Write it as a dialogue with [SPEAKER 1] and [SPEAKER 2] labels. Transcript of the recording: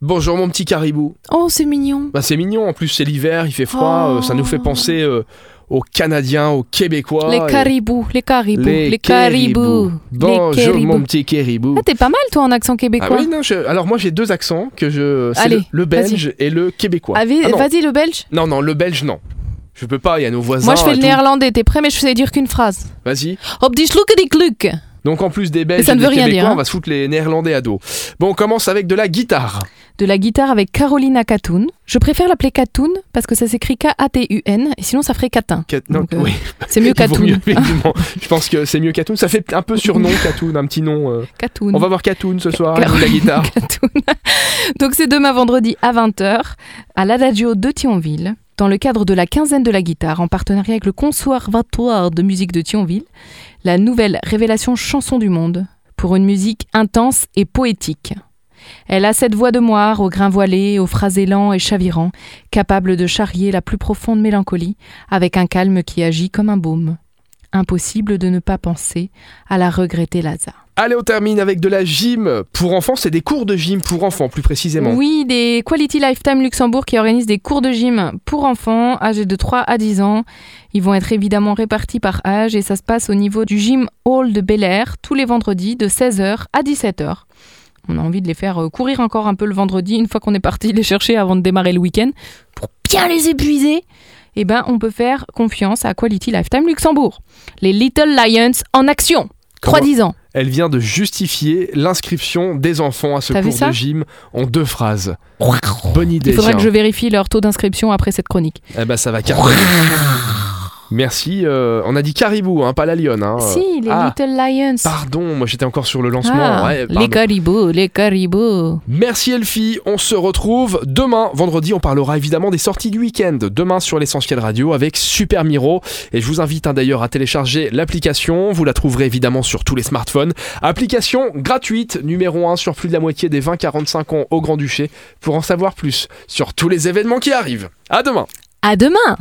[SPEAKER 1] Bonjour mon petit caribou.
[SPEAKER 2] Oh, c'est mignon.
[SPEAKER 1] Bah, c'est mignon, en plus c'est l'hiver, il fait froid,
[SPEAKER 2] Oh.
[SPEAKER 1] euh, ça nous fait penser euh, aux Canadiens, aux Québécois.
[SPEAKER 2] les
[SPEAKER 1] et-
[SPEAKER 2] caribous, les caribous, les, caribous. les
[SPEAKER 1] Bonjour
[SPEAKER 2] caribous.
[SPEAKER 1] mon petit caribou.
[SPEAKER 2] Ah, t'es pas mal, toi, en accent
[SPEAKER 1] Ah
[SPEAKER 2] québécois.
[SPEAKER 1] oui, non, je- alors moi j'ai deux accents que je. c'est
[SPEAKER 2] Allez,
[SPEAKER 1] le, le belge et le québécois.
[SPEAKER 2] Ah oui,
[SPEAKER 1] Ah non.
[SPEAKER 2] Vas-y, le belge.
[SPEAKER 1] non, non, le belge non. Je peux pas, il y a nos voisins.
[SPEAKER 2] Moi, je fais
[SPEAKER 1] et
[SPEAKER 2] le
[SPEAKER 1] tout.
[SPEAKER 2] néerlandais. T'es prêt, mais je sais dire qu'une phrase.
[SPEAKER 1] Vas-y.
[SPEAKER 2] Hop, dis schlouk et kluck.
[SPEAKER 1] Donc en plus des Belges
[SPEAKER 2] ça
[SPEAKER 1] et
[SPEAKER 2] ne
[SPEAKER 1] des
[SPEAKER 2] veut rien
[SPEAKER 1] Québécois,
[SPEAKER 2] dire, hein.
[SPEAKER 1] on va se foutre les Néerlandais à dos. Bon, on commence avec de la guitare.
[SPEAKER 2] De la guitare avec Carolina Catoun. Je préfère l'appeler Catoun parce que ça s'écrit K-A-T-U-N et sinon ça ferait Catin.
[SPEAKER 1] Cat- non,
[SPEAKER 2] Donc, euh,
[SPEAKER 1] oui,
[SPEAKER 2] C'est mieux
[SPEAKER 1] il vaut
[SPEAKER 2] Catoun.
[SPEAKER 1] mieux, effectivement. Je pense que c'est mieux Catoun. Ça fait un peu surnom Catoun, un petit nom. euh.
[SPEAKER 2] Catoun.
[SPEAKER 1] On va voir Catoun ce soir,
[SPEAKER 2] Ca-
[SPEAKER 1] il joue de la guitare.
[SPEAKER 2] Catoun. Donc c'est demain vendredi à 20h à l'Adagio de Thionville, dans le cadre de la quinzaine de la guitare, en partenariat avec le Conservatoire de musique de Thionville, la nouvelle révélation chanson du monde, pour une musique intense et poétique. Elle a cette voix de moire, au grain voilé, au phrasé lent et chavirant, capable de charrier la plus profonde mélancolie, avec un calme qui agit comme un baume. Impossible de ne pas penser à la regretter Laza.
[SPEAKER 1] Allez, on termine avec de la gym pour enfants. C'est des cours de gym pour enfants, plus précisément.
[SPEAKER 2] Oui, des Quality Lifetime Luxembourg qui organisent des cours de gym pour enfants âgés de 3 à 10 ans. Ils vont être évidemment répartis par âge et ça se passe au niveau du gym hall de Bel Air tous les vendredis de 16h à 17h. On a envie de les faire euh, courir encore un peu le vendredi une fois qu'on est parti les chercher avant de démarrer le week-end pour bien les épuiser. Eh ben, on peut faire confiance à Quality Lifetime Luxembourg. Les Little Lions en action.
[SPEAKER 1] Comment-
[SPEAKER 2] 3-10 ans.
[SPEAKER 1] Elle vient de justifier l'inscription des enfants à ce
[SPEAKER 2] T'as vu
[SPEAKER 1] cours
[SPEAKER 2] ça
[SPEAKER 1] de gym en deux phrases. Bonne idée.
[SPEAKER 2] Il faudra que je
[SPEAKER 1] tiens.
[SPEAKER 2] vérifie leur taux d'inscription après cette chronique.
[SPEAKER 1] Eh ben, ça va cartonner. Merci. euh, on a dit caribou, hein, pas la lionne. hein.
[SPEAKER 2] Si, les
[SPEAKER 1] Ah.
[SPEAKER 2] Little Lions.
[SPEAKER 1] Pardon, moi j'étais encore sur le lancement.
[SPEAKER 2] Ah,
[SPEAKER 1] Ouais, pardon.
[SPEAKER 2] les caribous, les caribous.
[SPEAKER 1] Merci Elfie, on se retrouve demain, vendredi, on parlera évidemment des sorties du week-end, demain sur l'essentiel radio avec Super Miro, et je vous invite hein, d'ailleurs à télécharger l'application, vous la trouverez évidemment sur tous les smartphones, application gratuite, numéro 1 sur plus de la moitié des 20-45 ans au Grand-Duché, pour en savoir plus sur tous les événements qui arrivent. À demain
[SPEAKER 2] À demain!